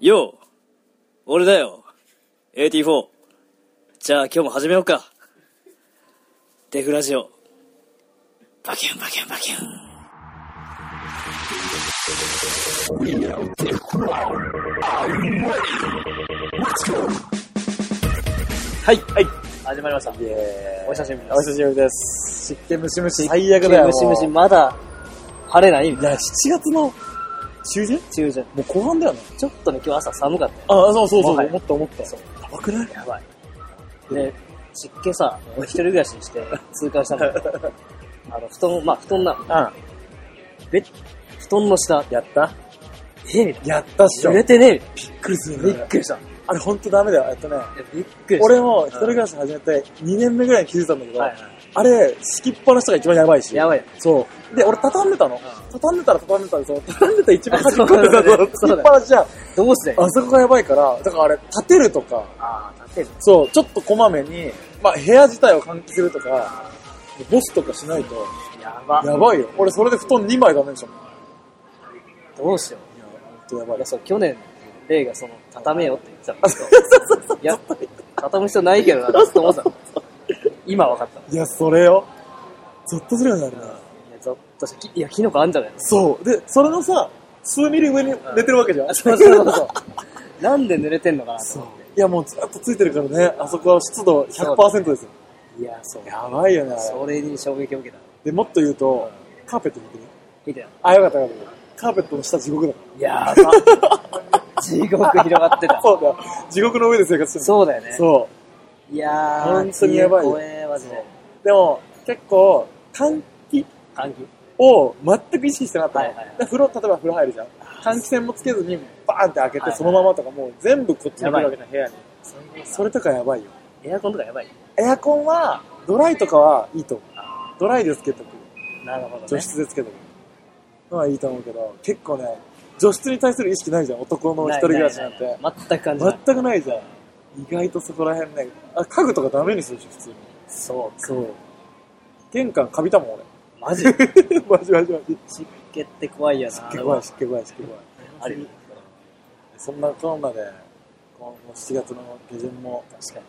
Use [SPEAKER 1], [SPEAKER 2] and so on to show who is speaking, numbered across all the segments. [SPEAKER 1] よう俺だよ !AT4! じゃあ今日も始めようかデフラジオバキュンバキュンバキュン
[SPEAKER 2] はい、はい、
[SPEAKER 1] 始まりましたお久しぶりで
[SPEAKER 2] お
[SPEAKER 1] す
[SPEAKER 2] 久しぶりです。湿気ムシムシ、
[SPEAKER 1] 最
[SPEAKER 2] 最悪だよ。
[SPEAKER 1] ムシムシ
[SPEAKER 2] も
[SPEAKER 1] まだ晴れないう
[SPEAKER 2] いや、7月の中旬
[SPEAKER 1] 中旬
[SPEAKER 2] もう後半だよね。
[SPEAKER 1] ちょっとね今日朝寒かったよ
[SPEAKER 2] あ、そうそうそう、
[SPEAKER 1] もはや
[SPEAKER 2] 思った思った。やばくない
[SPEAKER 1] やばいで湿気さ俺一人暮らしして痛感した んだけどあの布団まあ布団な
[SPEAKER 2] う
[SPEAKER 1] ベッ布団の下
[SPEAKER 2] ん。やった
[SPEAKER 1] えみたい
[SPEAKER 2] やったっし
[SPEAKER 1] な
[SPEAKER 2] ょ。
[SPEAKER 1] 濡れ
[SPEAKER 2] びって
[SPEAKER 1] ねえみたい
[SPEAKER 2] くりする
[SPEAKER 1] なび
[SPEAKER 2] ね
[SPEAKER 1] っくりした
[SPEAKER 2] あれほんとダメだよ。えっとね、
[SPEAKER 1] いやびっくりした
[SPEAKER 2] 俺も一人暮らし始めて2年目ぐらいに気づいたんだけど、
[SPEAKER 1] はいは
[SPEAKER 2] あれ、敷きっぱなしとか一番やばいし。
[SPEAKER 1] いやばいよ
[SPEAKER 2] そう。で、俺畳んでたの。畳んでたら畳んでたら、その畳んでた一番端っこ
[SPEAKER 1] あそうだ
[SPEAKER 2] で
[SPEAKER 1] ね
[SPEAKER 2] さ、
[SPEAKER 1] そうだね
[SPEAKER 2] 敷きっぱなしじゃん。
[SPEAKER 1] どうすね
[SPEAKER 2] あそこがやばいから、だからあれ、立てるとか、
[SPEAKER 1] ああ立てる
[SPEAKER 2] そう、ちょっとこまめに、まあ部屋自体を換気するとか、ボスとかしないと、
[SPEAKER 1] やば
[SPEAKER 2] やばいよ。俺それで布団2枚ダメでしたもん。い
[SPEAKER 1] どうしよ
[SPEAKER 2] や、ほんとやば
[SPEAKER 1] うい
[SPEAKER 2] い
[SPEAKER 1] や。そう去年レイがその畳めよって言ってたんだけど いや畳む必要ないけどなってずっと思ってたの今分かった
[SPEAKER 2] いや、それよ。ゾッとするようになるな。
[SPEAKER 1] いやゾッとしてきいやキノコあんじゃないの
[SPEAKER 2] そう。で、それのさ、数ミリ上に寝てるわけじゃん。
[SPEAKER 1] そうそうそうそう なんで濡れてんのかなと
[SPEAKER 2] そう
[SPEAKER 1] 思っ。
[SPEAKER 2] いや、もうずっとついてるからね、あそこは湿度100%ですよ。
[SPEAKER 1] ていやそう
[SPEAKER 2] やばいよね、あれ
[SPEAKER 1] それに衝撃を受けた
[SPEAKER 2] で、もっと言うと、カーペット見てる
[SPEAKER 1] 見てよ
[SPEAKER 2] あ、よかったよかった。カーペットの下地獄だか
[SPEAKER 1] やば地獄広がって
[SPEAKER 2] ら。
[SPEAKER 1] た
[SPEAKER 2] そうだよ。地獄の上で生活してる。
[SPEAKER 1] そうだよね
[SPEAKER 2] そう。
[SPEAKER 1] いやー
[SPEAKER 2] 本当にやばいよ
[SPEAKER 1] 怖えマジで
[SPEAKER 2] でも、結構、換気
[SPEAKER 1] 換気
[SPEAKER 2] を全く意識してなかったの。
[SPEAKER 1] はいはいはい
[SPEAKER 2] で風呂、例えば風呂入るじゃん。換気扇もつけずに、バーンって開け
[SPEAKER 1] はいは
[SPEAKER 2] て、
[SPEAKER 1] い
[SPEAKER 2] そのままとかもう全部こっちに来るわけじゃん、部屋に。
[SPEAKER 1] そ
[SPEAKER 2] それとかやばいよ。
[SPEAKER 1] れエアコンとかやばい
[SPEAKER 2] エアコンは、ドライとかはいいと思う。ドライでつけとく。
[SPEAKER 1] なるほど
[SPEAKER 2] 除
[SPEAKER 1] ね
[SPEAKER 2] 湿でつけとく。のはいいと思うけど、結構ね、除湿に対する意識ないじゃん、男の一人暮らしなん
[SPEAKER 1] な
[SPEAKER 2] て
[SPEAKER 1] い。ないない全く感じない
[SPEAKER 2] 全くないじゃん。意外とそこら辺ね、あ家具とかダメにするでしょ、普通に。
[SPEAKER 1] そ
[SPEAKER 2] そう。玄関カビたもん、俺。
[SPEAKER 1] うマジで
[SPEAKER 2] マジマジマジ。
[SPEAKER 1] 湿気って怖いよな
[SPEAKER 2] 湿気怖い、湿気怖い、湿気怖い。
[SPEAKER 1] あれ確
[SPEAKER 2] そんなこんなで、この7月の下旬も、
[SPEAKER 1] か
[SPEAKER 2] ね、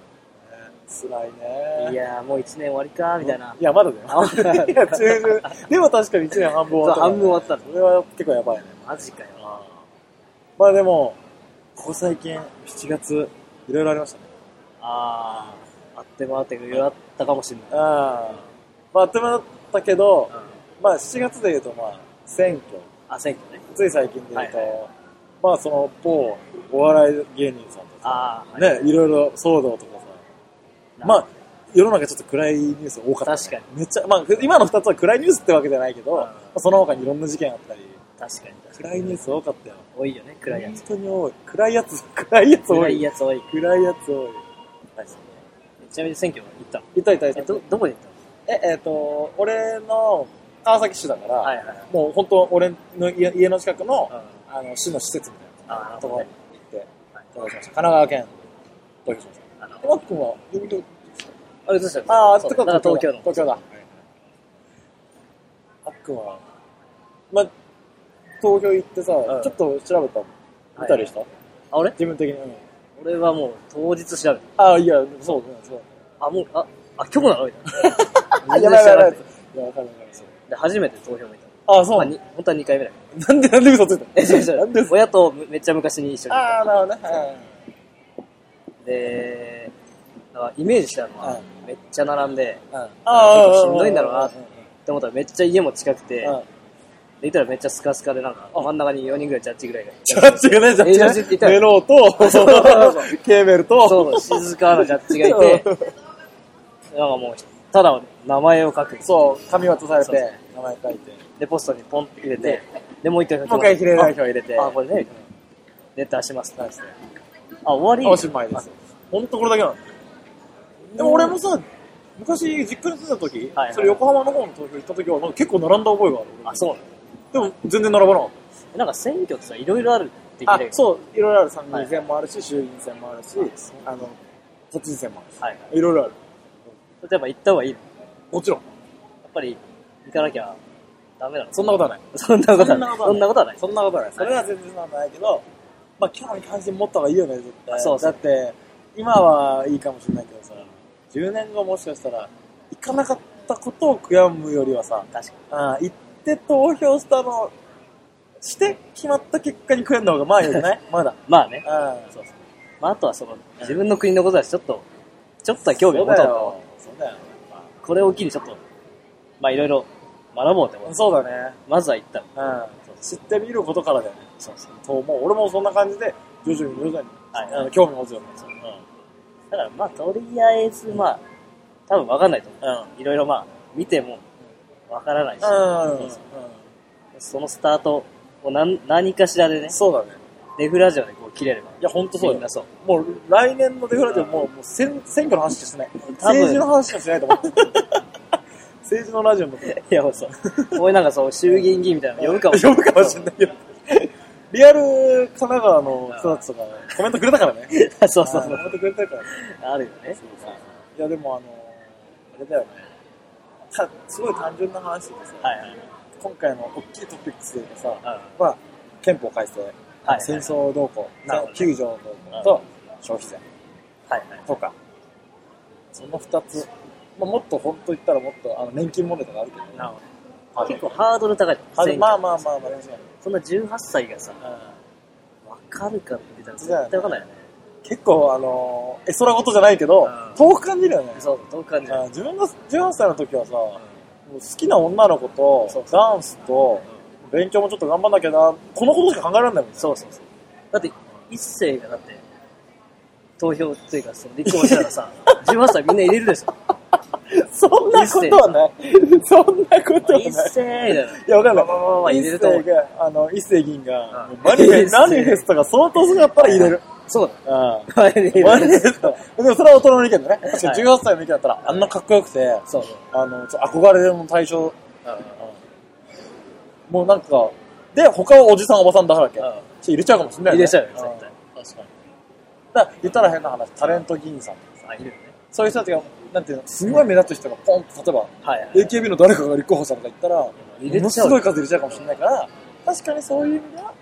[SPEAKER 2] 辛いね。
[SPEAKER 1] にいやーもう1年終わりかーみたいない
[SPEAKER 2] や、まだだよ。
[SPEAKER 1] あまだ
[SPEAKER 2] いや、中旬。でも確かに1年半
[SPEAKER 1] そう
[SPEAKER 2] 分終わった、
[SPEAKER 1] 半分終わったの
[SPEAKER 2] それは結構やばいね。
[SPEAKER 1] マジかよ
[SPEAKER 2] まあでも、ここ最近、7月、いろいろありましたね。
[SPEAKER 1] あああってもあってくるよあったかもしれない
[SPEAKER 2] ああ。まあ、あっという間だったけど、
[SPEAKER 1] うん
[SPEAKER 2] まあ7月で言うと、まあ、選挙。
[SPEAKER 1] あ選挙ね
[SPEAKER 2] つい最近で言うと、
[SPEAKER 1] はいは
[SPEAKER 2] まあその某お笑い芸人さんとか、
[SPEAKER 1] ああ、はい
[SPEAKER 2] ね、いろいろ騒動とかさ、まあ世の中ちょっと暗いニュース多かった、
[SPEAKER 1] 確かに。
[SPEAKER 2] めっちゃ、まあ今の2つは暗いニュースってわけじゃないけど、
[SPEAKER 1] うん
[SPEAKER 2] まあその他にいろんな事件あったり、
[SPEAKER 1] 確かに確かに
[SPEAKER 2] 暗いニュース多かったよ。
[SPEAKER 1] 多いよね暗いやつ
[SPEAKER 2] 本当に多い。暗いやつ、暗いやつ多
[SPEAKER 1] 暗い
[SPEAKER 2] い。
[SPEAKER 1] やつ多い
[SPEAKER 2] 暗いやつ多い。
[SPEAKER 1] ちなみに選挙は行ったの
[SPEAKER 2] いたいたいた。
[SPEAKER 1] えどどこに行っ
[SPEAKER 2] え、えっ、と、俺の川崎市だから、
[SPEAKER 1] たのはいはいはい
[SPEAKER 2] もう本当俺の家家の近くの、
[SPEAKER 1] あ
[SPEAKER 2] あの市の施設みたいな。
[SPEAKER 1] あなる
[SPEAKER 2] と
[SPEAKER 1] ほど
[SPEAKER 2] ころ
[SPEAKER 1] ね
[SPEAKER 2] に行って投票しました。神奈川県投票しまし
[SPEAKER 1] あの
[SPEAKER 2] た。マックンは読み取
[SPEAKER 1] あれどうしたの
[SPEAKER 2] ああ、
[SPEAKER 1] そ
[SPEAKER 2] っ
[SPEAKER 1] う
[SPEAKER 2] てこと
[SPEAKER 1] だから東京の
[SPEAKER 2] 東京だ。マックンは、まあ、東京行ってさ、
[SPEAKER 1] うん
[SPEAKER 2] ちょっと調べたの見たりした、
[SPEAKER 1] あ俺
[SPEAKER 2] 自分的に。うん
[SPEAKER 1] 俺はもう当日調べ
[SPEAKER 2] ああ、いや、そうね、そう。
[SPEAKER 1] たあもうああ今日なのみた
[SPEAKER 2] あ、
[SPEAKER 1] いな
[SPEAKER 2] や
[SPEAKER 1] 全然
[SPEAKER 2] ば
[SPEAKER 1] 知ら
[SPEAKER 2] い
[SPEAKER 1] ないくて。
[SPEAKER 2] やばやばいいや、わかるわかる。そう
[SPEAKER 1] で初めて投票に行っ
[SPEAKER 2] ああ、
[SPEAKER 1] た
[SPEAKER 2] そ
[SPEAKER 1] ま
[SPEAKER 2] う
[SPEAKER 1] あ
[SPEAKER 2] なの
[SPEAKER 1] に本当は2回目だけど
[SPEAKER 2] なんで、なんで嘘ついたの
[SPEAKER 1] え違う 違
[SPEAKER 2] なんで
[SPEAKER 1] う親とめっちゃ昔に一緒に行っ
[SPEAKER 2] ああ、なるほどね。はい
[SPEAKER 1] たでだからイメージしたの
[SPEAKER 2] は
[SPEAKER 1] はいめっちゃ並んで
[SPEAKER 2] うんあ
[SPEAKER 1] ちょっ
[SPEAKER 2] あ
[SPEAKER 1] としんどいんだろうな
[SPEAKER 2] う
[SPEAKER 1] っ
[SPEAKER 2] ん
[SPEAKER 1] て思ったらめっちゃ家も近くて
[SPEAKER 2] うん
[SPEAKER 1] でいたらめっちゃスカスカでなんか真ん中に4人ぐらいジャッジぐらいがいて
[SPEAKER 2] ジャッジがね、ジャ
[SPEAKER 1] えジャッ
[SPEAKER 2] ッ
[SPEAKER 1] ジ
[SPEAKER 2] ジ
[SPEAKER 1] って言
[SPEAKER 2] ね
[SPEAKER 1] った。よ
[SPEAKER 2] メロウと
[SPEAKER 1] そうそうそ、
[SPEAKER 2] ケーベルと、
[SPEAKER 1] そうそう、静かなジャッジがい て、なんかもう、ただ名前を書く。
[SPEAKER 2] そう、紙渡され
[SPEAKER 1] そうそ
[SPEAKER 2] て、名前書いて。
[SPEAKER 1] で、ポストにポンって入れて、で、もう一回書きます。
[SPEAKER 2] もう一回比例代表入れて。
[SPEAKER 1] あ、あこれね、で、出します。
[SPEAKER 2] 出して。
[SPEAKER 1] あ、終わ
[SPEAKER 2] お
[SPEAKER 1] り
[SPEAKER 2] しまいです。ほんとこれだけなの。でも俺もさ、昔実家に住んでた時
[SPEAKER 1] はいはい、
[SPEAKER 2] それ横浜の方の東京行った時は、なんか結構並んだ覚えがあ
[SPEAKER 1] あ、そうな
[SPEAKER 2] る。でも全然並ばなか
[SPEAKER 1] の
[SPEAKER 2] っ
[SPEAKER 1] なんか選挙ってさ、いろいろあるって聞
[SPEAKER 2] た。
[SPEAKER 1] い
[SPEAKER 2] あ
[SPEAKER 1] てる、けど。
[SPEAKER 2] そう、いろいろある。参議
[SPEAKER 1] はい
[SPEAKER 2] 院選もあるし、衆議院選もある
[SPEAKER 1] あ
[SPEAKER 2] し
[SPEAKER 1] そう、
[SPEAKER 2] あの、都知事選もあ
[SPEAKER 1] はいは
[SPEAKER 2] るし。いろいろある。
[SPEAKER 1] い。例えば行った方がいいのや
[SPEAKER 2] もちろん。
[SPEAKER 1] っぱり、行かなきゃダメなの
[SPEAKER 2] そんなことはない。
[SPEAKER 1] そんなことはない。
[SPEAKER 2] そ
[SPEAKER 1] そ
[SPEAKER 2] ん
[SPEAKER 1] んな
[SPEAKER 2] なこ
[SPEAKER 1] ことと
[SPEAKER 2] は
[SPEAKER 1] は
[SPEAKER 2] な
[SPEAKER 1] ないい。
[SPEAKER 2] それは全然そんなことないけど、まあ、キャラに関心持った方がいいよね、絶対。
[SPEAKER 1] そうそう
[SPEAKER 2] だって、今はいいかもしれないけどさ、10年後もしかしたら、行かなかったことを悔やむよりはさ、
[SPEAKER 1] 確か
[SPEAKER 2] ああ行って投票したの、して決まった結果に悔やんだ方がまあよく ないまだ。
[SPEAKER 1] まあね。
[SPEAKER 2] うん。そう
[SPEAKER 1] まあ、あとはその、自分の国のことだし、ちょっと、ちょっとは興味を持と
[SPEAKER 2] だ
[SPEAKER 1] うと。
[SPEAKER 2] よ。そうだよ。ま
[SPEAKER 1] これを機にちょっと、まあいろいろ学ぼうって思
[SPEAKER 2] あ
[SPEAKER 1] う。
[SPEAKER 2] そうだね。
[SPEAKER 1] まずは一旦。
[SPEAKER 2] うん。知ってみることからだよね。
[SPEAKER 1] そうそう。
[SPEAKER 2] そう思う。俺もそんな感じで、徐々に徐々に、
[SPEAKER 1] はい
[SPEAKER 2] あの興味持つよね。
[SPEAKER 1] そううん。だからまあとりあえず、まあ、多分わかんないと思
[SPEAKER 2] うん。
[SPEAKER 1] う。いろいろまあ、見てもわからないし、
[SPEAKER 2] うん。
[SPEAKER 1] そうそのスタートを何何かしらでね、
[SPEAKER 2] そうだね。
[SPEAKER 1] デフラジオでこう切れれば。
[SPEAKER 2] いや、ほんとそう
[SPEAKER 1] みん
[SPEAKER 2] だよ
[SPEAKER 1] な。そう。
[SPEAKER 2] もう来年のデフラジオもうもう選選挙の話しかしない。
[SPEAKER 1] 多分
[SPEAKER 2] 政治の話しかしないと思 う。政治のラジオも。
[SPEAKER 1] いや、もうそう。俺なんかそう、衆議院議員みたいなの呼ぶかもしれな
[SPEAKER 2] 呼
[SPEAKER 1] い。
[SPEAKER 2] ぶかもしれないよ。リアル神奈川の人たちとかコメントくれたからね。
[SPEAKER 1] い。 そうそう
[SPEAKER 2] あ
[SPEAKER 1] そ
[SPEAKER 2] ーコ
[SPEAKER 1] う。
[SPEAKER 2] メントくれたからね。
[SPEAKER 1] あるよね。
[SPEAKER 2] いや、でもあのー、あれだよね。さすごい単純な話でさ、
[SPEAKER 1] はいはい。
[SPEAKER 2] 今回の大きいトピックスで言うとさ、
[SPEAKER 1] うんは
[SPEAKER 2] まあ、憲法改正、
[SPEAKER 1] いはい。
[SPEAKER 2] 戦争動向
[SPEAKER 1] なるほ、ど
[SPEAKER 2] 9条動向と消費税。
[SPEAKER 1] はいはい。
[SPEAKER 2] とか、その二つ、まあ、もっと本当言ったらもっとあの年金問題とかあるけどね。
[SPEAKER 1] なるほど。
[SPEAKER 2] あの
[SPEAKER 1] 結構ハードル高い。
[SPEAKER 2] あのまあまあ
[SPEAKER 1] 選挙
[SPEAKER 2] まあまあ、確かに。
[SPEAKER 1] そんな18歳がさ、
[SPEAKER 2] うん
[SPEAKER 1] わかるかって言ったら絶対わかんないよね。
[SPEAKER 2] 結構、あのー、絵空事じゃないけど
[SPEAKER 1] うん、
[SPEAKER 2] 遠く感じるよね。
[SPEAKER 1] そう、どう感じる
[SPEAKER 2] うん自分が18歳の時はさ、もう好きな女の子
[SPEAKER 1] そう
[SPEAKER 2] と、
[SPEAKER 1] そう
[SPEAKER 2] ダンスと、勉強もちょっと頑張んなきゃな、このことしか考えられないもんね。
[SPEAKER 1] そうそうそう。だって、一世がだって、投票っていうか、その立候補したら さ、18歳みんな入れるでしょ。
[SPEAKER 2] そんなことはない。 そんなことはない
[SPEAKER 1] 一。世みたいな。
[SPEAKER 2] いや、わかんない。
[SPEAKER 1] まあ入れると思う
[SPEAKER 2] 一世が、あの、一世議員が、
[SPEAKER 1] うん
[SPEAKER 2] マニフェマニフェストが相当すごかったら入れる。
[SPEAKER 1] そう
[SPEAKER 2] うん。
[SPEAKER 1] だ。前に入
[SPEAKER 2] マ
[SPEAKER 1] れ
[SPEAKER 2] ジ
[SPEAKER 1] る。
[SPEAKER 2] ででもそれは大人の意見だね。確かに18歳の意見だったら、あんなかっこよくて、
[SPEAKER 1] そう。
[SPEAKER 2] あの、ちょっと憧れの対象、
[SPEAKER 1] うん
[SPEAKER 2] もうなんか、で、他はおじさんおばさんだからけ。ち
[SPEAKER 1] う
[SPEAKER 2] ょっ
[SPEAKER 1] ん
[SPEAKER 2] と入れちゃうかもしれない
[SPEAKER 1] 入れちゃうよ、
[SPEAKER 2] ね
[SPEAKER 1] 絶対。
[SPEAKER 2] 確かに。だから言ったら変な話、タレント議員さん。
[SPEAKER 1] あ、いるよね。
[SPEAKER 2] そういう人たちが、なんていうの、すごい目立つ人がポンと、例えば、
[SPEAKER 1] はいはい。
[SPEAKER 2] AKB の誰かが立候補さんとか言ったら、も
[SPEAKER 1] 入れ
[SPEAKER 2] の
[SPEAKER 1] ち
[SPEAKER 2] す
[SPEAKER 1] ゃうよ。
[SPEAKER 2] ご
[SPEAKER 1] はいい
[SPEAKER 2] 数入れちゃうかもしれないから、確かにそういう意味では、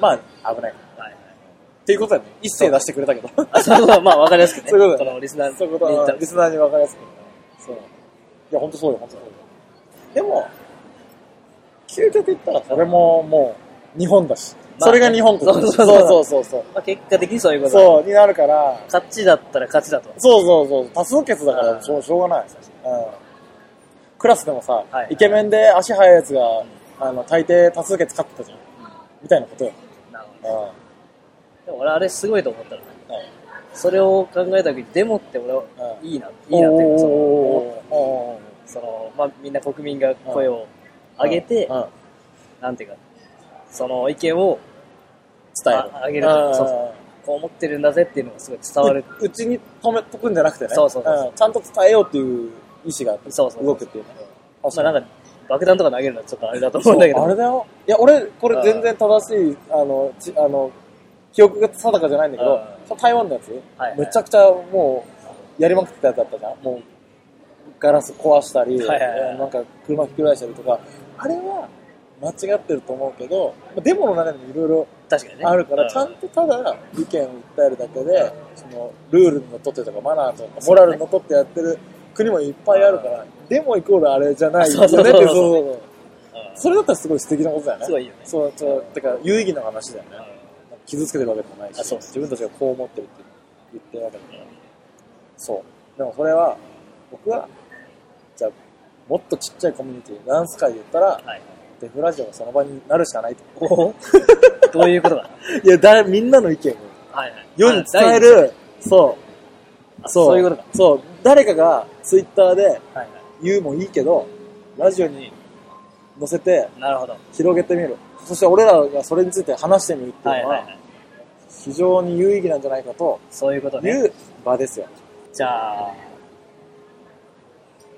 [SPEAKER 2] まあ、危ない。
[SPEAKER 1] はい。
[SPEAKER 2] っていうことだよね。一世出してくれ たけど。
[SPEAKER 1] あ、そういうことはまあわかりやすくね。
[SPEAKER 2] そういうことだ
[SPEAKER 1] のリスナーに
[SPEAKER 2] そういうことは、
[SPEAKER 1] 言っ
[SPEAKER 2] リスナーに分かりやすくね。そう。いや、ほんとそうよ、ほんとそうよ。でも、究極言ったら、それももう、日本だし。
[SPEAKER 1] まあ
[SPEAKER 2] それが日本国
[SPEAKER 1] そうそう
[SPEAKER 2] そうそう
[SPEAKER 1] たまあ結果的にそういう
[SPEAKER 2] そう。
[SPEAKER 1] ことだ。
[SPEAKER 2] そう、になるから、
[SPEAKER 1] 勝ちだったら勝ちだと。
[SPEAKER 2] そうそうそう、多数決だか
[SPEAKER 1] うん
[SPEAKER 2] ら、しょうしょうがない。うん。クラスでもさ
[SPEAKER 1] いはい、
[SPEAKER 2] イケメンで足速いやつが、あの、大抵多数決勝ってたじゃん。みたいなことよ。
[SPEAKER 1] なるほど。
[SPEAKER 2] うん。うん
[SPEAKER 1] でも俺あれすごいと思ったら、それを考えた時にデモって俺は
[SPEAKER 2] うん
[SPEAKER 1] いいな、いいなっていうかその思っ
[SPEAKER 2] おーおーおーおー
[SPEAKER 1] たその、まあ、みんな国民が声を上げて、
[SPEAKER 2] うんうん
[SPEAKER 1] なんていうか、その意見を
[SPEAKER 2] 伝える。
[SPEAKER 1] あ上げる
[SPEAKER 2] うん
[SPEAKER 1] そうそうこう思ってるんだぜっていうのがすごい伝わる。
[SPEAKER 2] ううちに止めとくんじゃなくてね。
[SPEAKER 1] そうそうそう
[SPEAKER 2] うんちゃんと伝えようっていう意思が
[SPEAKER 1] そうそう
[SPEAKER 2] 動くっていうね。
[SPEAKER 1] まあなんか爆弾とか投げるのはちょっとあれだと思
[SPEAKER 2] そううん
[SPEAKER 1] だけど。
[SPEAKER 2] あれだよ。いや、俺、これ全然正しい、あの、ちあの、記憶が定かじゃないんだけど、その台湾のやつ、
[SPEAKER 1] はいはい
[SPEAKER 2] めちゃくちゃもう、やりまくってたやつだったじゃん。もう、ガラス壊したり、
[SPEAKER 1] はいはいはい
[SPEAKER 2] なんか車ひっくり返したりとか、あれは間違ってると思うけど、まあデモの中でもいろいろ
[SPEAKER 1] 確かにね。
[SPEAKER 2] あるから、
[SPEAKER 1] う
[SPEAKER 2] ちゃんとただ意見を訴えるだけで、そのルールにのっとってとか、マナーとか、モラルにのっとってやってる国もいっぱいあるから、でもイコールあれじゃないよねって、
[SPEAKER 1] そ
[SPEAKER 2] そうう
[SPEAKER 1] そうそうそう
[SPEAKER 2] そうそれだったらすごい素敵なことだ
[SPEAKER 1] う
[SPEAKER 2] よ
[SPEAKER 1] ん
[SPEAKER 2] ね。
[SPEAKER 1] すごいいいよね。
[SPEAKER 2] そう、そう、てか、有意義な話だよね。なんか傷つけてるわけでもない
[SPEAKER 1] あ
[SPEAKER 2] し、
[SPEAKER 1] そう
[SPEAKER 2] 自分たちがこう思ってるって言ってるわけだから。そう。でもそれは、僕は、じゃあ、もっとちっちゃいコミュニティ、ダンス界で言ったら、
[SPEAKER 1] はい。
[SPEAKER 2] デフラジオがその場になるしかないと。
[SPEAKER 1] おどういうことだ
[SPEAKER 2] いや、だ、みんなの意見を。
[SPEAKER 1] はいはい。
[SPEAKER 2] 世に伝える、そう。
[SPEAKER 1] あ。そうそういうことか。
[SPEAKER 2] そう。誰かがツイッターで
[SPEAKER 1] はいは
[SPEAKER 2] 言うもいいけど、ラジオに載せて
[SPEAKER 1] い。なるほど。
[SPEAKER 2] 広げてみる。そして俺らがそれについて話してみるって
[SPEAKER 1] はいいう
[SPEAKER 2] の
[SPEAKER 1] はい
[SPEAKER 2] は
[SPEAKER 1] はい。
[SPEAKER 2] 非常に有意義なんじゃないかと
[SPEAKER 1] そういうこと
[SPEAKER 2] い
[SPEAKER 1] ね。
[SPEAKER 2] う場ですよ。
[SPEAKER 1] じゃあ、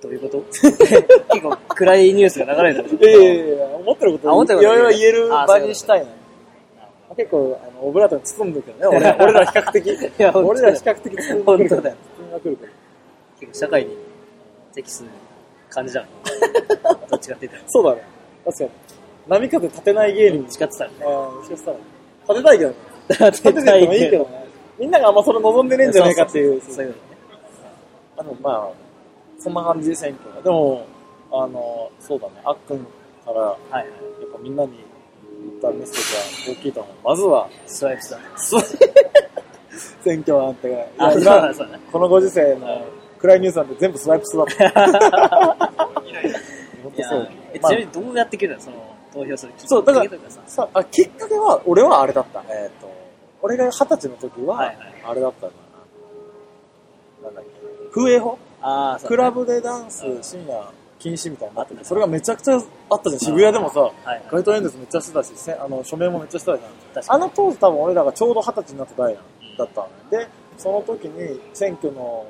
[SPEAKER 1] どういうこと 結構暗いニュースが流れてる。
[SPEAKER 2] いやいやいや、思ってること
[SPEAKER 1] あ思ってる
[SPEAKER 2] い
[SPEAKER 1] こと
[SPEAKER 2] ろいろ言える
[SPEAKER 1] あ
[SPEAKER 2] 場にしたいな。結構、あの、オブラートに包んでるけどね、 俺ら俺ら比較的。
[SPEAKER 1] いや本当
[SPEAKER 2] 俺ら比較的包んでくるから。包みまくるから。
[SPEAKER 1] 結構社会に適する感 じじゃん。どっちかって言った
[SPEAKER 2] そうだね。確かに。波風立てない芸人
[SPEAKER 1] ら。誓ってたらね。
[SPEAKER 2] ああ、もしかしたら。立てたいけどね。
[SPEAKER 1] 立て
[SPEAKER 2] 立て
[SPEAKER 1] た
[SPEAKER 2] て
[SPEAKER 1] い
[SPEAKER 2] もいい
[SPEAKER 1] け
[SPEAKER 2] け
[SPEAKER 1] ど。
[SPEAKER 2] どね。みんながあんまそれ望んでねえんじゃないかっていう。
[SPEAKER 1] そうそうそうそういうのね
[SPEAKER 2] あの、まあ、そんな感じで選挙が。でも、あの、そうだね、あっくんから、やっ
[SPEAKER 1] はいはい。
[SPEAKER 2] ぱみんなに言ったメッセージは大きいと思う。まずは、
[SPEAKER 1] スワイプさん。
[SPEAKER 2] 選挙なんて、いや
[SPEAKER 1] あ、そう
[SPEAKER 2] 今
[SPEAKER 1] だそうだ。
[SPEAKER 2] このご時世の暗いニュースなんて全部スワイプスだった。本
[SPEAKER 1] い
[SPEAKER 2] 当
[SPEAKER 1] や
[SPEAKER 2] そう。
[SPEAKER 1] えち
[SPEAKER 2] まあ
[SPEAKER 1] なみにどうやって決めたのその、投票するきっ
[SPEAKER 2] そうだから
[SPEAKER 1] けとかさ。
[SPEAKER 2] さあ、きっかけは、俺はあれだった。えっ、と、俺が二十歳の時は、
[SPEAKER 1] はいはい
[SPEAKER 2] あれだったな。なんだっけ、風営法
[SPEAKER 1] ああ、そう
[SPEAKER 2] ク
[SPEAKER 1] だ
[SPEAKER 2] ラ
[SPEAKER 1] ね。
[SPEAKER 2] ブでダンス
[SPEAKER 1] うん
[SPEAKER 2] 深夜禁止みたいになって
[SPEAKER 1] あったね
[SPEAKER 2] て、それがめちゃくちゃあったじゃん。渋谷でもさ、
[SPEAKER 1] はいはい。
[SPEAKER 2] 街頭演説めっちゃしてたし、せあの署名もめっちゃしてたじゃん。
[SPEAKER 1] 確か
[SPEAKER 2] あ
[SPEAKER 1] に。
[SPEAKER 2] の当時多分俺らがちょうど二十歳になった代だ
[SPEAKER 1] うん
[SPEAKER 2] ったのね。で、その時に選挙の、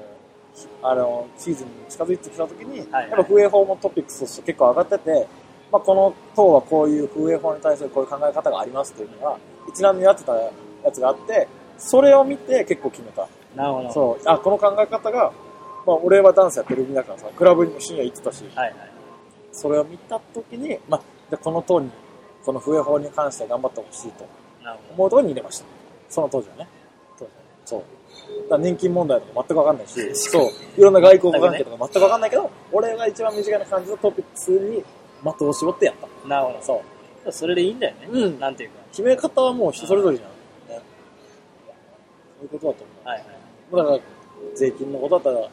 [SPEAKER 2] あの、シーズンに近づいてきた時に、
[SPEAKER 1] はいはい
[SPEAKER 2] やっぱ風営法もトピックスとして結構上がってて、まあこの党はこういう風営法に対するこういう考え方がありますっていうのが、一覧になってたやつがあって、それを見て結構決めた。
[SPEAKER 1] なるほど。
[SPEAKER 2] そう、あ、この考え方が、まあ、俺はダンスやってる身だからさ、クラブにも深夜行ってたし、
[SPEAKER 1] はいはい。
[SPEAKER 2] それを見たときに、まあ、でこの党に、この笛法に関して頑張ってほしいと
[SPEAKER 1] なるほど。
[SPEAKER 2] 思うところに入れました。その当時はね。
[SPEAKER 1] そう
[SPEAKER 2] そう。だから年金問題とか全くわかんないし、そう、いろんな外交関係とか全くわかんないけど、俺が一番身近な感じのトピックスに的を絞ってやった。
[SPEAKER 1] だねなるほど。
[SPEAKER 2] そう。
[SPEAKER 1] でもそれでいいんだよね。
[SPEAKER 2] うん
[SPEAKER 1] なんていうか。
[SPEAKER 2] 決め方はもう人それぞれじゃん。ねそういうことだと思う。
[SPEAKER 1] はいはい。
[SPEAKER 2] だから税金のことだったら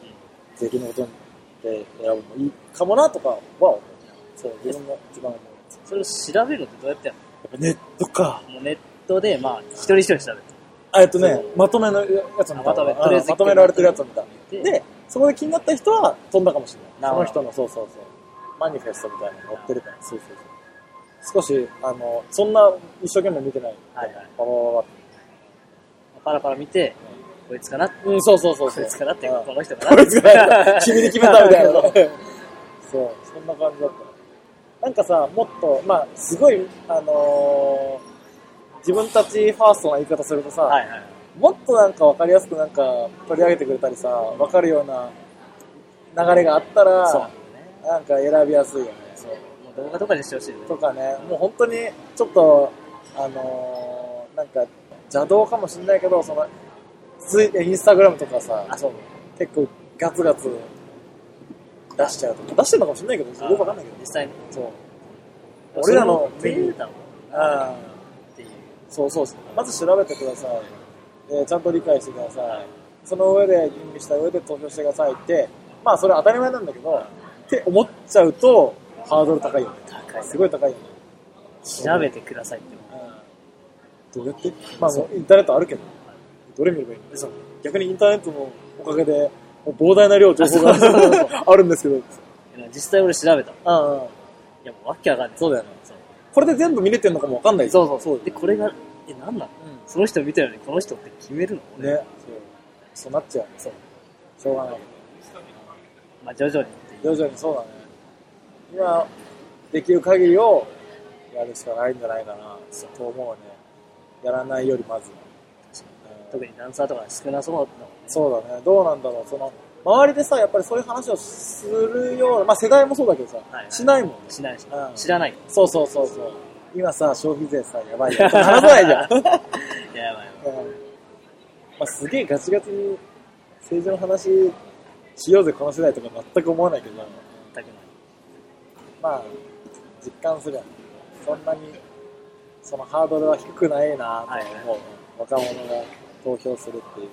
[SPEAKER 2] 税金のことで選ぶのもいいかもなとかは思うそう自分が一番思う
[SPEAKER 1] それを調べるのってどうやってやる
[SPEAKER 2] やっぱネットか
[SPEAKER 1] のもうネットで、まあ、一人一人調べて。
[SPEAKER 2] あえっとね
[SPEAKER 1] そう
[SPEAKER 2] まとめのやつを見た
[SPEAKER 1] あまとめとりあえず
[SPEAKER 2] うんまとめられてるやつを見た
[SPEAKER 1] で
[SPEAKER 2] でそこで気になった人は飛んだかもしれない
[SPEAKER 1] な
[SPEAKER 2] そ
[SPEAKER 1] るほ
[SPEAKER 2] の
[SPEAKER 1] ど
[SPEAKER 2] 人のそうそうそうマニフェストみたいなの載ってるからそうそうそう少しあのそんな一生懸命見てない
[SPEAKER 1] はいはい
[SPEAKER 2] バババババ
[SPEAKER 1] パラパラ見て、こいつかな、こ
[SPEAKER 2] うんそうそうそうそう
[SPEAKER 1] いつかなって、
[SPEAKER 2] うん
[SPEAKER 1] この人かな。。
[SPEAKER 2] これ使った。君に決めたみたいな
[SPEAKER 1] そう
[SPEAKER 2] そう、そんな感じだった。なんかさ、もっと、まあ、すごい、あのー自分たちファーストな言い方するとさ、
[SPEAKER 1] はいはい。
[SPEAKER 2] もっとなんか分かりやすくなんか取り上げてくれたりさ、分かるような流れがあった
[SPEAKER 1] そうな
[SPEAKER 2] ら
[SPEAKER 1] ん、だよね。
[SPEAKER 2] なんか選びやすいよね。そう。
[SPEAKER 1] もう動画とかにしてほしいよね。
[SPEAKER 2] とかね、もう本当にちょっと、あのーなんか邪道かもしれないけど、その、ツイインスタグラムとかさ、
[SPEAKER 1] あ、そう。
[SPEAKER 2] 結構ガツガツ出しちゃうとか出してるのかもしれないけどよくわかんないけど
[SPEAKER 1] 実際に。
[SPEAKER 2] そう俺らの
[SPEAKER 1] データをっ
[SPEAKER 2] ああ
[SPEAKER 1] ていう。
[SPEAKER 2] そうそうそうまず調べてください、えーちゃんと理解してください、その上で吟味した上で投票してくださいってまあそれは当たり前なんだけどって思っちゃうとハードル高いよね
[SPEAKER 1] 高い
[SPEAKER 2] すごい高いよね
[SPEAKER 1] 調べてくださいって。
[SPEAKER 2] どうやってまあもうインターネットあるけどどれ見ればいいの
[SPEAKER 1] そう
[SPEAKER 2] 逆にインターネットのおかげでもう膨大な量情報が あるんですけど
[SPEAKER 1] 実際俺調べたの。い
[SPEAKER 2] ああ
[SPEAKER 1] や、もうわけわかんない。
[SPEAKER 2] そうだよね
[SPEAKER 1] そう
[SPEAKER 2] これで全部見れてるのかもわかんない
[SPEAKER 1] そううそうそう。で、これが、え、なんなのその人見たようにこの人って決めるの
[SPEAKER 2] うん、ねそうそうなっちゃう
[SPEAKER 1] そう。
[SPEAKER 2] しょうがない
[SPEAKER 1] まあ、徐々にっていう。
[SPEAKER 2] 徐々にそうだね今できる限りをやるしかないんじゃないかな
[SPEAKER 1] そう
[SPEAKER 2] と思うねやらないよりまず、うん
[SPEAKER 1] 特にダンサーとか少なそうだったもんね。
[SPEAKER 2] そうだねどうなんだろうその周りでさやっぱりそういう話をするようなまあ世代もそうだけどさ、
[SPEAKER 1] はいはい
[SPEAKER 2] しないもんね
[SPEAKER 1] しないし
[SPEAKER 2] う、ん
[SPEAKER 1] 知らない。
[SPEAKER 2] そうそうそうそう今さ消費税さやばいよ話さないじゃん
[SPEAKER 1] いや、まあ、
[SPEAKER 2] うんまあ、すげえガチガチに政治の話しようぜこの世代とか全く思わないけど
[SPEAKER 1] 全くない。
[SPEAKER 2] まあ実感するやんそんなにそのハードルは低くないなと思う、若者が投票するっていう
[SPEAKER 1] も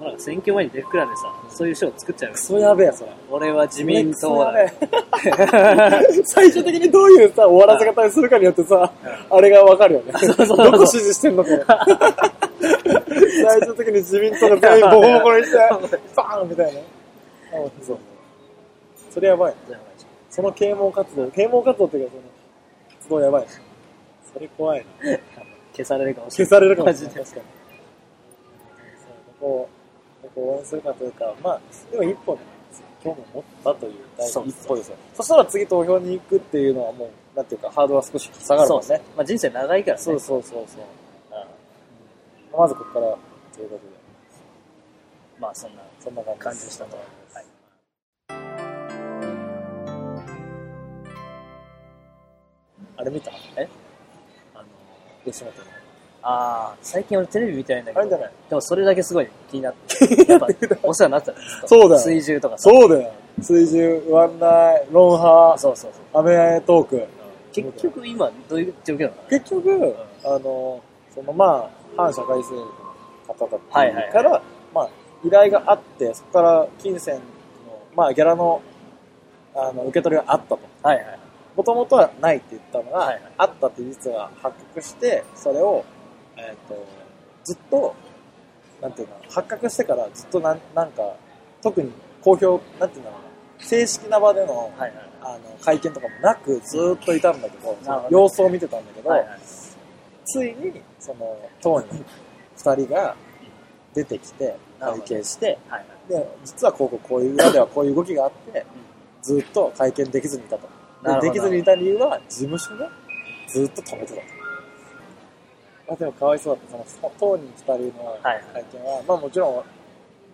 [SPEAKER 1] うなんか選挙前にデフクラでさ、そういう賞を作っちゃうよ
[SPEAKER 2] ク。ソやべえそ れ
[SPEAKER 1] 俺は自民党だ。
[SPEAKER 2] クソ や べえ最終的にどういうさ終わらせ方にするかによってさあれがわかるよね
[SPEAKER 1] うそうそう
[SPEAKER 2] どこ支持してんのか最終的に自民党が全員ボコボコにしてバーンみたいなうんそうそれやばい
[SPEAKER 1] そういうのが一緒
[SPEAKER 2] その啓蒙活動啓蒙活動っていうかその活動やばいそれ怖いな
[SPEAKER 1] 消されるかもしれ
[SPEAKER 2] 消
[SPEAKER 1] ない。
[SPEAKER 2] されるかもしれない
[SPEAKER 1] マ
[SPEAKER 2] 確かにそうここをここを応援するかというかまあでも一歩ね興味を持ったという第
[SPEAKER 1] そう
[SPEAKER 2] 一歩ですよそしたら次投票に行くっていうのはもうなんていうかハードルは少し下がるもん
[SPEAKER 1] そう
[SPEAKER 2] ね
[SPEAKER 1] ね。まあ人生長いからね。
[SPEAKER 2] そうそうそうそう、うんまずここからということで
[SPEAKER 1] まあそんな
[SPEAKER 2] そんな感じ
[SPEAKER 1] 感じでしたと。はい。
[SPEAKER 2] あれ見た
[SPEAKER 1] えあの、
[SPEAKER 2] 吉本の
[SPEAKER 1] ああ、最近俺テレビ見てないんだけ
[SPEAKER 2] あれじゃ
[SPEAKER 1] ど、
[SPEAKER 2] ない
[SPEAKER 1] でもそれだけすごい気になって、 やっぱお世話になってたじゃないですか
[SPEAKER 2] そうだよ
[SPEAKER 1] 水中とかさ。
[SPEAKER 2] そうだよ。水中、ワンナイ、ロンハ
[SPEAKER 1] そうそうそう。
[SPEAKER 2] ー、アメトーク。
[SPEAKER 1] 結局今、どういう状況なのか
[SPEAKER 2] 結局、あの、そのまあ、反社会勢力の方だった
[SPEAKER 1] はい
[SPEAKER 2] り
[SPEAKER 1] はいはい
[SPEAKER 2] から、まあ、依頼があって、そこから金銭の、まあ、ギャラの、あの、受け取りがあったと。
[SPEAKER 1] なはいはい。
[SPEAKER 2] もともとはないって言ったのが、
[SPEAKER 1] はいはい
[SPEAKER 2] あったっていう事実が発覚して、それを、えっ、と、ずっと、なんていうの、発覚してからずっとなん、なんか、特に公表、なんていうんだろうな、正式な場での、
[SPEAKER 1] はいはい。
[SPEAKER 2] あの、会見とかもなく、ずーっといたんだけど、
[SPEAKER 1] なるほど
[SPEAKER 2] 様子を見てたんだけど、
[SPEAKER 1] はいはい
[SPEAKER 2] ついに、その、当人、二人が出てきて、
[SPEAKER 1] なるほ
[SPEAKER 2] 会
[SPEAKER 1] ど
[SPEAKER 2] 見して、
[SPEAKER 1] はいはい。
[SPEAKER 2] で、実はこうこうこういう裏ではこういう動きがあって、ずっと会見できずにいたと。
[SPEAKER 1] なるほ
[SPEAKER 2] で
[SPEAKER 1] ど
[SPEAKER 2] できずにいた理由は、事務所がずっと止めてたと。まあでもかわいそうだった。その、当人二人の
[SPEAKER 1] はい
[SPEAKER 2] 会見は、まあもちろん、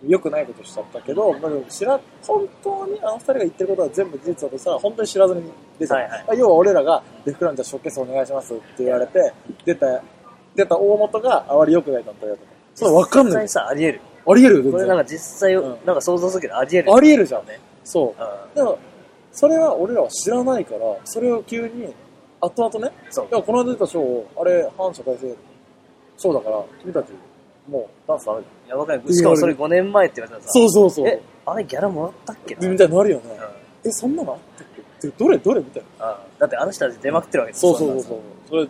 [SPEAKER 2] 良くないことしちゃったけど、まあ、でも知ら、本当にあの二人が言ってることは全部事実だとしたら、本当に知らずに出てた。
[SPEAKER 1] はいはい
[SPEAKER 2] まあ要は俺らが、デフクランじゃ処刑層お願いしますって言われて、出た、出た大元があまり良くないだったよとか。それわかん
[SPEAKER 1] 実
[SPEAKER 2] ない
[SPEAKER 1] 際に。さ、あり得る。
[SPEAKER 2] あり得るよ、全
[SPEAKER 1] これ
[SPEAKER 2] 然
[SPEAKER 1] なんか実際、
[SPEAKER 2] うん
[SPEAKER 1] なんか想像するけどあり得る。
[SPEAKER 2] ありえるじゃんね。そ
[SPEAKER 1] うん
[SPEAKER 2] う。でも、それは俺らは知らないから、それを急に、後々ね、
[SPEAKER 1] そう
[SPEAKER 2] い。や、この間出た賞を、あれ、反社会性、賞だから、君たち、もう、ダンスダメだ
[SPEAKER 1] や
[SPEAKER 2] よ。
[SPEAKER 1] ばくない。しかもそれ5年前って言われたらさ、
[SPEAKER 2] そうそうそう。
[SPEAKER 1] え、あれギャラもらったっけな、うん
[SPEAKER 2] みたいになるよね。
[SPEAKER 1] うん
[SPEAKER 2] え、そんなのあったっけどれどれみたいな。
[SPEAKER 1] だってあの人たち出まくってるわけです
[SPEAKER 2] そうそうそう
[SPEAKER 1] そ
[SPEAKER 2] そう。それ、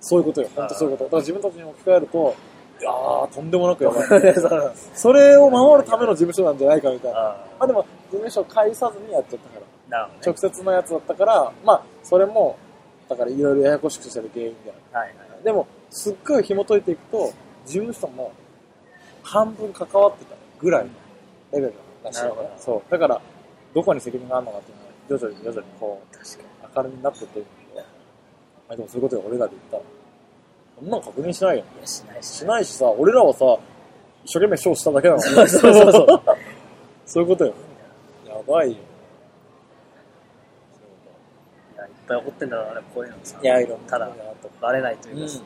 [SPEAKER 2] そういうことよ。本当そういうこと。だから自分たちに置き換えると、いやー、とんでもなくやばい。
[SPEAKER 1] んなさそう
[SPEAKER 2] それを守るための事務所なんじゃないかみたいな。
[SPEAKER 1] あ
[SPEAKER 2] まあでも、事務所介さずにやっちゃったから。
[SPEAKER 1] ーなるほどね。
[SPEAKER 2] 直接のやつだったから、まあ、それも、だからいろいろややこしくしてる原因みたい
[SPEAKER 1] はいはい。
[SPEAKER 2] な。でも、すっごい紐解いていくと、事務所も半分関わってたぐらいのレベルらしいよ
[SPEAKER 1] なる
[SPEAKER 2] ね
[SPEAKER 1] ほ。ど
[SPEAKER 2] そう。だから、どこに責任があるのかっていうのは、徐々に徐々にこう、
[SPEAKER 1] 確かに。
[SPEAKER 2] 明るみになってってるんで、まあでもそういうことで俺らで言ったら、そんなの確認しないよね。
[SPEAKER 1] いや、しないし
[SPEAKER 2] し
[SPEAKER 1] ない。
[SPEAKER 2] ないしさ、俺らはさ、一生懸命賞しただけなのに。そう。
[SPEAKER 1] そうそうそう
[SPEAKER 2] そういうことよ。やばいよ。
[SPEAKER 1] いや、いっぱい怒ってんだろうな、こういうのさ。
[SPEAKER 2] いや、いろんな
[SPEAKER 1] た
[SPEAKER 2] こ
[SPEAKER 1] だ
[SPEAKER 2] と、があった
[SPEAKER 1] バレないというかさ、ね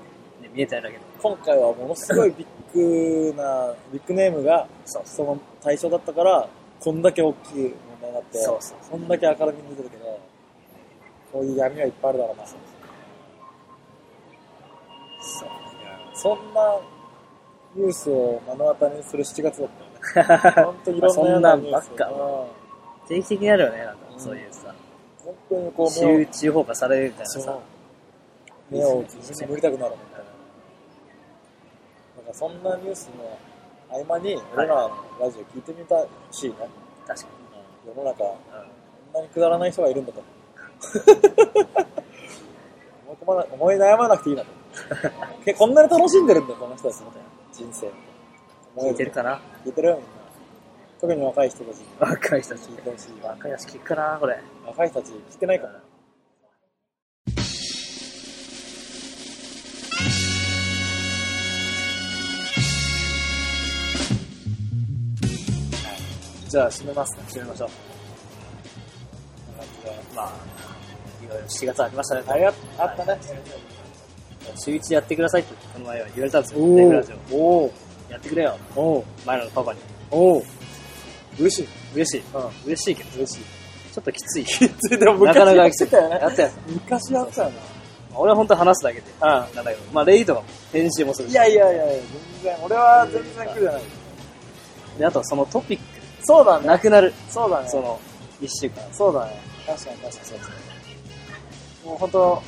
[SPEAKER 1] 見えてないだけど。
[SPEAKER 2] 今回はものすごいビッグ な、ビッグネームが、
[SPEAKER 1] そう
[SPEAKER 2] その対象だったから、こんだけ大きい問題になって、
[SPEAKER 1] そうそう
[SPEAKER 2] こんだけ明るみに出てるけど、こういう闇はいっぱいあるだろうな。
[SPEAKER 1] そう。
[SPEAKER 2] そんなニュースを目の当たりにする7月だったよね。ほん といろんな嫌なニュース
[SPEAKER 1] そんなん
[SPEAKER 2] うん
[SPEAKER 1] 定期的にあるよね、なんか、
[SPEAKER 2] うん
[SPEAKER 1] そういうさ、
[SPEAKER 2] 本当にこう目
[SPEAKER 1] 集
[SPEAKER 2] を、
[SPEAKER 1] 中放火されるみたいな
[SPEAKER 2] そ
[SPEAKER 1] さ
[SPEAKER 2] う。目を自分に向りたくなるもんね。なんかそんなニュースの合間に、俺らのラジオ聞いてみたしね。
[SPEAKER 1] 確か
[SPEAKER 2] 世の中、こ
[SPEAKER 1] に。うん
[SPEAKER 2] んなにくだらない人がいるんだと。思い込まな思い悩まなくていい なと。けこんなに楽しんでるんだよ、この人たちの人生。
[SPEAKER 1] 聞いてるかな
[SPEAKER 2] 聞いてるよ、みんな。特に若い人たちに
[SPEAKER 1] 若い人たち
[SPEAKER 2] 聞い。てほしいわ。
[SPEAKER 1] 若い人たち聞くかなこれ。
[SPEAKER 2] 若い人たち聞いてないかな。じゃあ、閉めますか。
[SPEAKER 1] 締めましょう。
[SPEAKER 2] こんな感じで
[SPEAKER 1] まあ、いろいろ7月ありましたね。
[SPEAKER 2] あれがあったね。
[SPEAKER 1] 週一でやってくださいって、この前は言われたんですよ。
[SPEAKER 2] おー
[SPEAKER 1] ネグラジオ
[SPEAKER 2] おー
[SPEAKER 1] やってくれよ。
[SPEAKER 2] おー
[SPEAKER 1] 前のパパに。
[SPEAKER 2] おー嬉しい。
[SPEAKER 1] 嬉しい。
[SPEAKER 2] うん。
[SPEAKER 1] 嬉しいけど、
[SPEAKER 2] 嬉しい。
[SPEAKER 1] ちょっときつい。
[SPEAKER 2] ついでも
[SPEAKER 1] なかなか
[SPEAKER 2] やってたよ
[SPEAKER 1] や
[SPEAKER 2] ね。
[SPEAKER 1] ったやつ。
[SPEAKER 2] 昔やってたよ
[SPEAKER 1] 俺は本当話すだけで。
[SPEAKER 2] な。
[SPEAKER 1] なんだけど、まあ、レイとかも編集もす
[SPEAKER 2] う
[SPEAKER 1] る
[SPEAKER 2] ん。い
[SPEAKER 1] し。
[SPEAKER 2] やいやいやいや、全然。俺は全然苦じゃない。
[SPEAKER 1] で、あとはそのトピッ
[SPEAKER 2] そうだ
[SPEAKER 1] ク、。なくなる。
[SPEAKER 2] そうだね。
[SPEAKER 1] その、一週間。
[SPEAKER 2] そうだね。確かに確かにそうそう。もう本当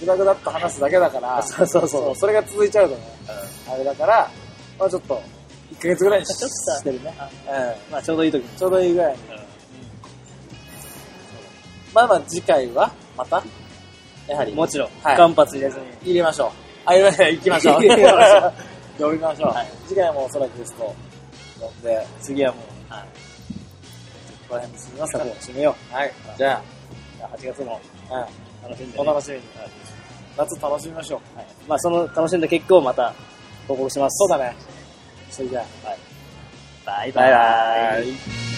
[SPEAKER 2] グダグダっと話すだけだから、
[SPEAKER 1] そうそうそう
[SPEAKER 2] それが続いちゃうとね、
[SPEAKER 1] うん
[SPEAKER 2] あれだから、まあちょっと、1ヶ月ぐらいにし
[SPEAKER 1] ちょっとさ
[SPEAKER 2] してるね。う
[SPEAKER 1] まあ、ち ょうどいい時に
[SPEAKER 2] ん。。ちょうどいいぐらいに。まあまあ次回は、また、やはり、
[SPEAKER 1] もちろん、
[SPEAKER 2] はい
[SPEAKER 1] 間髪入れずに。
[SPEAKER 2] 入れましょう。あ、入れましょう。行きましょう。
[SPEAKER 1] 行きましょう
[SPEAKER 2] 呼びましょう。
[SPEAKER 1] はい
[SPEAKER 2] 次回もおそらくゲスト呼んで、
[SPEAKER 1] 次はもう、
[SPEAKER 2] この辺に進みますか
[SPEAKER 1] 最後締めよ
[SPEAKER 2] はい。じゃ
[SPEAKER 1] う。8月も
[SPEAKER 2] あ、はい
[SPEAKER 1] 楽しんで、
[SPEAKER 2] お
[SPEAKER 1] ね。
[SPEAKER 2] 楽しみに。夏楽しみましょう。
[SPEAKER 1] はいまあ、その楽しんだ結果をまた報告します。
[SPEAKER 2] そうだね。それじゃあ。
[SPEAKER 1] バイバイ。
[SPEAKER 2] イ。